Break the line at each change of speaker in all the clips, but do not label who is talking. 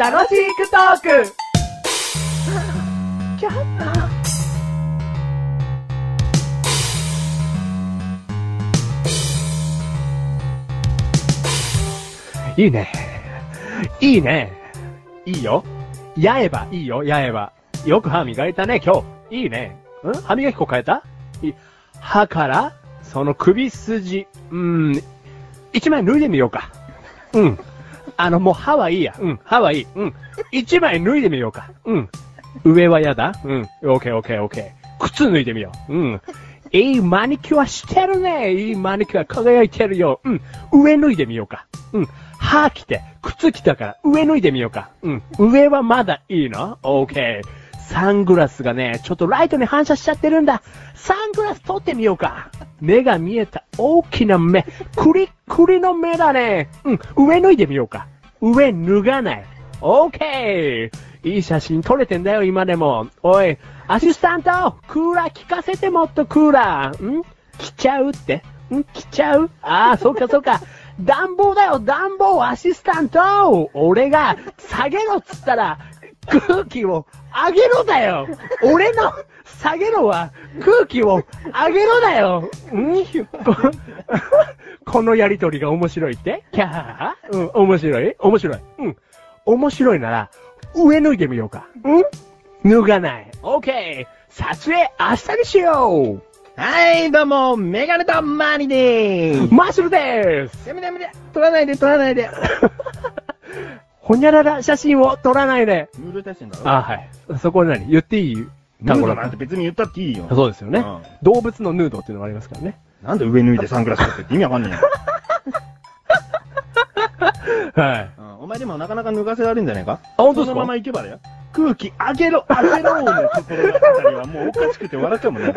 楽しくトーク
いいね。いいね。いいよ。やえばいいよ、やえば。よく歯磨いたね、今日。いいね。ん歯磨き粉変えたい歯から、その首筋。うーん。一枚脱いでみようか。うん。あの、もう歯はいいや。うん。歯はいい。うん。一枚脱いでみようか。うん。上はやだうん。オッケーオッケーオッケー。靴脱いでみよう。うん。いいマニキュアしてるね。いいマニキュア輝いてるよ。うん。上脱いでみようか。うん。歯着て、靴着たから上脱いでみようか。うん。上はまだいいのオッケー。サングラスがね、ちょっとライトに反射しちゃってるんだ。サングラス取ってみようか。目が見えた大きな目。クリックリの目だね。うん。上脱いでみようか。上脱がない。オッケーいい写真撮れてんだよ、今でも。おい、アシスタントクーラー聞かせてもっとクーラーん来ちゃうってん来ちゃうああ、そうかそうか。 暖房だよ、暖房アシスタント俺が下げろっつったら、空気を上げろだよ俺の下げろは空気を上げろだよんここのやりとりが面白いってキャハハうん、面白い面白い。うん。面白いなら、上脱いでみようか。ん脱がない。オッケー撮影明日にしよ
はい、どうも、メガネとマニで
う
ー
マッシュルです
す。やめてやめて、撮らないで撮らないで。
ほにゃらら写真を撮らないで。
ムード出してんだろ
あ、はい。そこ何言っていい
ム
単
ー
語
ド
だ
なんて別に言ったっていいよ。
そうですよね、
うん
動物のヌードっていうのもありますからね。
なんで上脱いでサングラスかけてって意味わかんねえよ。
はい。
うんお前でもなかなか脱がせられるんじゃないか
あ本当ですか
そのまま行けばだよ。空気上げろ、上げろのところのあたりはもうおかしくて笑っちゃうもんね。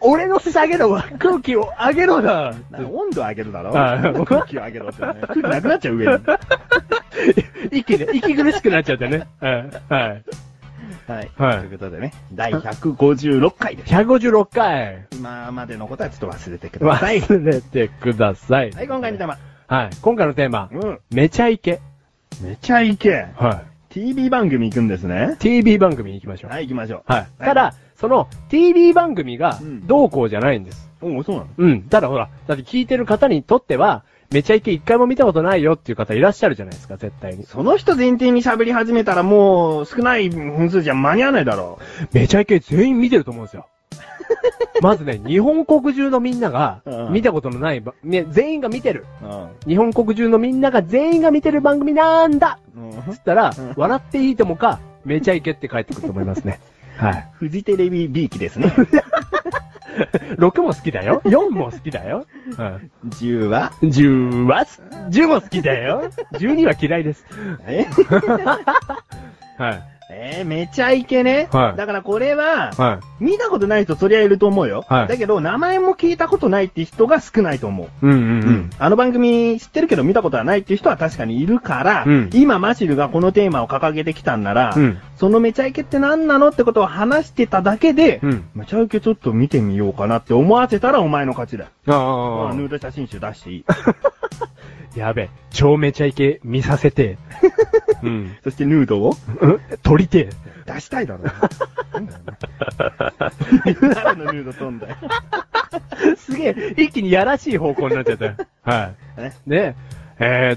俺の下げろは空気を上げろ だ
なんか温度上げるだろ
はい
空気を上げろってね。空気なくなっちゃう上に。
息で、息苦しくなっちゃってね。はい。はい。
はい。
はい
ということでね、第156回です。
156回。
今までのことはちょっと忘れてください。
忘れてください。
はい、今回のテーマ。
はい。今回のテーマ、
うん。
めちゃイケ。
めちゃイケ。
は
TV 番組行くんですね
い。。TV 番組に行きましょう。
はい、行きましょ
はい。ただ、その TV 番組が
うん
どうこうじゃないんです。
う。おお、そうなの
うん。ただほら、だって聞いてる方にとっては、めちゃイケ一回も見たことないよっていう方いらっしゃるじゃないですか、絶対に。
その人前提に喋り始めたらもう少ない分数じゃ間に合わないだろ
めちゃイケ全員見てると思うん ですよ。まずね、日本国中のみんなが
う、ん
見たことのないば、ね、全員が見てる。
う。うん。
日本国中のみんなが全員が見てる番組なんだつったら
うん、
笑っていいともか、めちゃイケって帰ってくると思い ますね。はい。
フジテレビ B 期ですね。
6も好きだよ。4も好きだよ。うん。
10は
10は、10も好きだよ。12は嫌いです。
え
はい。
えー、めちゃイケね。
はい
だからこれは、
は
見たことない人そりゃいると思うよ。
はい
だけど、名前も聞いたことないって人が少ないと思う。
い。うんうん
あの番組知ってるけど見たことはないっていう人は確かにいるから、
うん
今マシルがこのテーマを掲げてきたんなら、
うん
そのめちゃイケって何なのってことを話してただけで、
うん
めちゃイケちょっと見てみようかなって思わせたらお前の勝ちだよ。
うん。あ
まあ
あ
ヌー。ド写真集出していい。
やべ、超めちゃイケ見させ て。うん。
そしてヌードを
撮りて
出したいだろ。なんだよお前誰のヌード撮んだよ。
え。すげえ、一気にやらしい方向になっちゃったよ。は
ね
い。ねえ、えー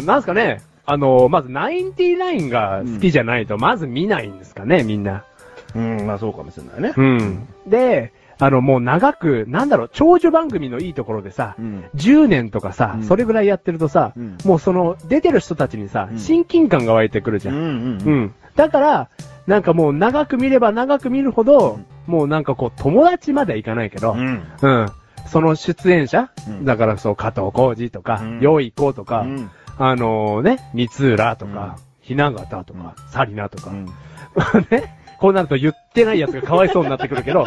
と、なんすかね、あの、まず、ナインティナインが好きじゃないと、まず見ないんですかね、みんな。
うん、まあそうかもしれないね。
うん。で、あの、もう長く、なんだろう、長寿番組のいいところでさ、
うん。
10年とかさ、
うん
それぐらいやってるとさ、
うん
もうその、出てる人たちにさ、
うん
親近感が湧いてくるじ
う
ゃ
ん
ん。
うん
う
うん。
ん。だから、なんかもう長く見れば長く見るほど、もうなんかこう、友達まではいかないけど、
ん。
うん。その出演者、
うん
だからそう、加藤浩二とか、
うん
よい子とか、
うん
あのね、三浦とか、ひながたとか、さりなとか、 ね。こうなると言ってないやつがかわいそうになってくる けど、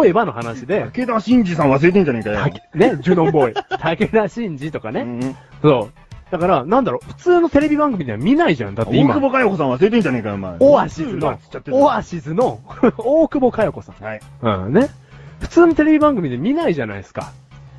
例えばの話で、
武田真治さん忘れてんじゃねえかよ。
たけね、ジュノンボーイ、武田真治とかね、
うん
そう。だから、なんだろう、普通のテレビ番組では見ないじゃん。だって
大
今
久、保佳代子さん忘れてんじゃねえかよ、お前。
オアシス
うん
の
つっちゃっ、てる
オアシスの、 大久保佳代子さ
はい。
ん。うん、ね。普通のテレビ番組で見ないじゃないですか。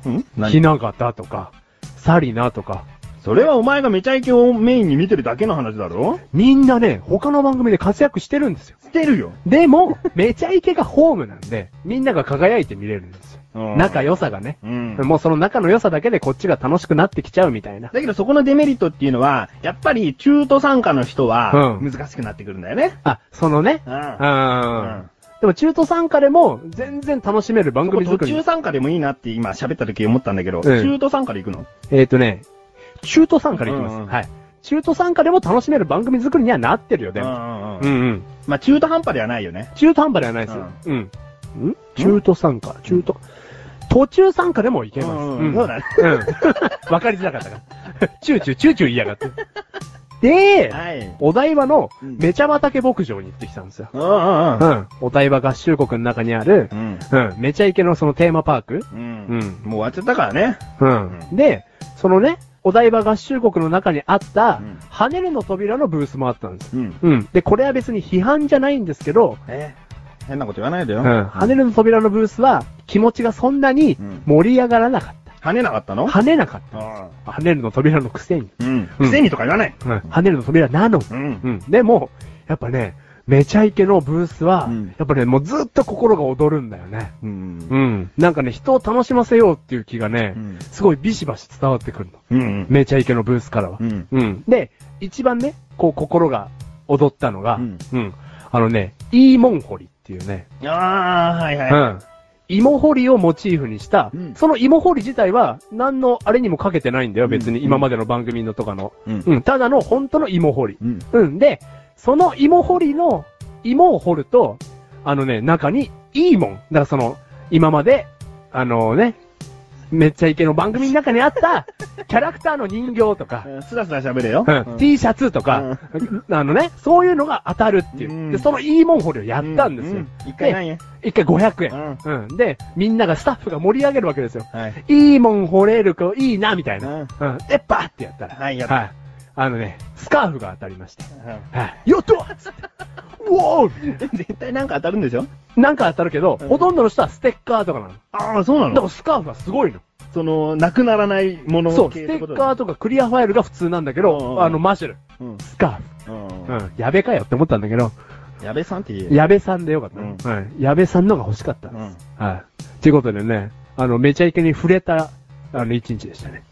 うん
ひな形とか、サリナとか、
それはお前がめちゃイケをメインに見てるだけの話だろ
みんなね、他の番組で活躍してるんですよ。
してるよ。
でも、めちゃイケがホームなんで、みんなが輝いて見れるんですよ。
うん
仲良さがね。
うん。
もうその仲の良さだけでこっちが楽しくなってきちゃうみたいな。
だけどそこのデメリットっていうのは、やっぱり中途参加の人は、
うん
難しくなってくるんだよね。
あ、そのね。
う。
うんん。でも中途参加でも全然楽しめる番
そこ
組
途
作り
中。参加でもいいなって今喋った時思ったんだけど、
ええ
中途参加で行くの
えっ、とね、中途参加でいきます、
うんうんうん
はい。中途参加でも楽しめる番組作りにはなってるよ、でも。
ん
うんうん。
まあ中途半端ではないよね。
中途半端ではないですよ。うん。ん中途参加、中途。途中参加でもいけます。
うんうんそうだね
うん。 わかりづらかったから。チューチュー、チューチュー言いやがって。で、
はい。
お台場の
うん
めちゃ畑牧場に行ってきたんですよ。
うんう
う
んうん。
ん。お台場合衆国の中にある
う、ん。
うん。めちゃイケのそのテーマパーク。う
うん。
ん。
もう終わっちゃったからね。
うん。
う
で、そのね、お台場合衆国の中にあった
うん、
跳ねるの扉のブースもあったんです。
うん。
うん。で、これは別に批判じゃないんですけど、
ええ変なこと言わないでよ。
うん。跳ねるの扉のブースは、気持ちがそんなに
うん
盛り上がらなかっ
跳ねなかった
た。
の
跳ねなかっ
あ
た。跳ねるの扉のくせに。
あうん。
うん
くせにとか言わない。
うん。跳ねるの扉なのに。
うん
うん。でも、やっぱね、めちゃイケのブースは、
うん
やっぱね、もうずっと心が躍るんだよね。
うん。
うん。なんかね、人を楽しませようっていう気がね、
うん
すごいビシバシ伝わってくるの。
うん。
めちゃイケのブースからは
う。ん。
うん。で、一番ね、こう心が踊ったのが、
う
うんん。あのね、イーモンホリっていうね、
ああ、はいうは
ん。芋掘りをモチーフにした、
うん
その芋掘り自体は何のあれにもかけてないんだよ、別
う
に
ん
今までの番組のとかの。
い。うん
うん、ただの本当の芋掘り。
うん。
うん。で、その芋掘りの、芋を掘ると、あのね、中にいいもん。だからその、今まで、あのね、めっちゃイケの番組の中にあった、キャラクターの人形とか、
うん。すらすら喋れよ。
うん T シャツとか、あのね、そういうのが当たるっていうう。
ん
で、そのいいもん掘りをやったんです
う
よ。
一回何円
一回500円。
うん。
うん。で、みんながスタッフが盛り上げるわけですよ。
はい。
いいもん掘れる子いいな、みたいな。うん。で、バーってやったら。
はいやった
はい。あのね、スカーフが当たりまして。
うん
はい。よっとっつ って。うおー
絶対なんか当たるんでしょ
なんか当たるけど、
うん
ほとんどの人はステッカーとかなの。
ああ、そうな
でもスカーフはすごいの。
その、なくならないもの
そう、
系
ス
って
テ
こと
ッ
だ
カーとかクリアファイルが普通なんだけ
うんう
ど、
ん
あの、マシュル。
うん
スカ
うん
ーフ。うん。矢部かよって思ったんだけど、
矢部さんって言えよ。
矢部さんでよかった
うん
の。はい。矢部さんのが欲しかった
う。ん。
はい。ということでね、あの、めちゃイケに触れた、あの、一日で したね。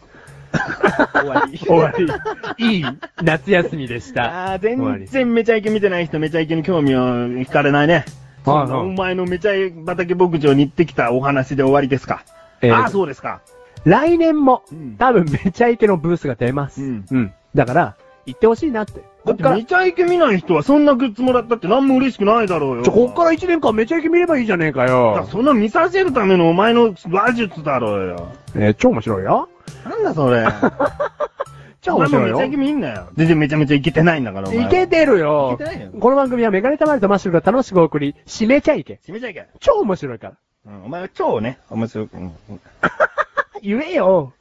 終わり。
終わり。いい夏休みでした。
ああ、
終わ
全
り
然めちゃイケ見てない人、めちゃイケに興味を惹かれないね。
あ
そ
あ
んなお前のめちゃイケ畑牧場に行ってきたお話で終わりですか。
えー
ああ、そうですか。
来年も
うん、
多分めちゃイケのブースが出ます。
うん
だから、行ってほしいなって。こ
だっ
ってから、
めちゃイケ見ない人はそんなグッズもらったって何も嬉しくないだろうよ。
ちょこっから1年間めちゃイケ見ればいいじゃねえか
だから
よ。
その見させるためのお前の話術だろうよ。
えー超面白いよ。
なんだそれ。
超面白い
お前もめちゃイケ
よ。
見んなよ。全然めちゃめちゃイケてないんだから、お前は。
いけてる
い
よ
けてないよ。
この番組はメガネたまりとマッシュルが楽しくお送り、締めちゃいけ。
しめちゃいけ。
超面白いから。
うん、お前は超ね、面白く。うん
言えよ。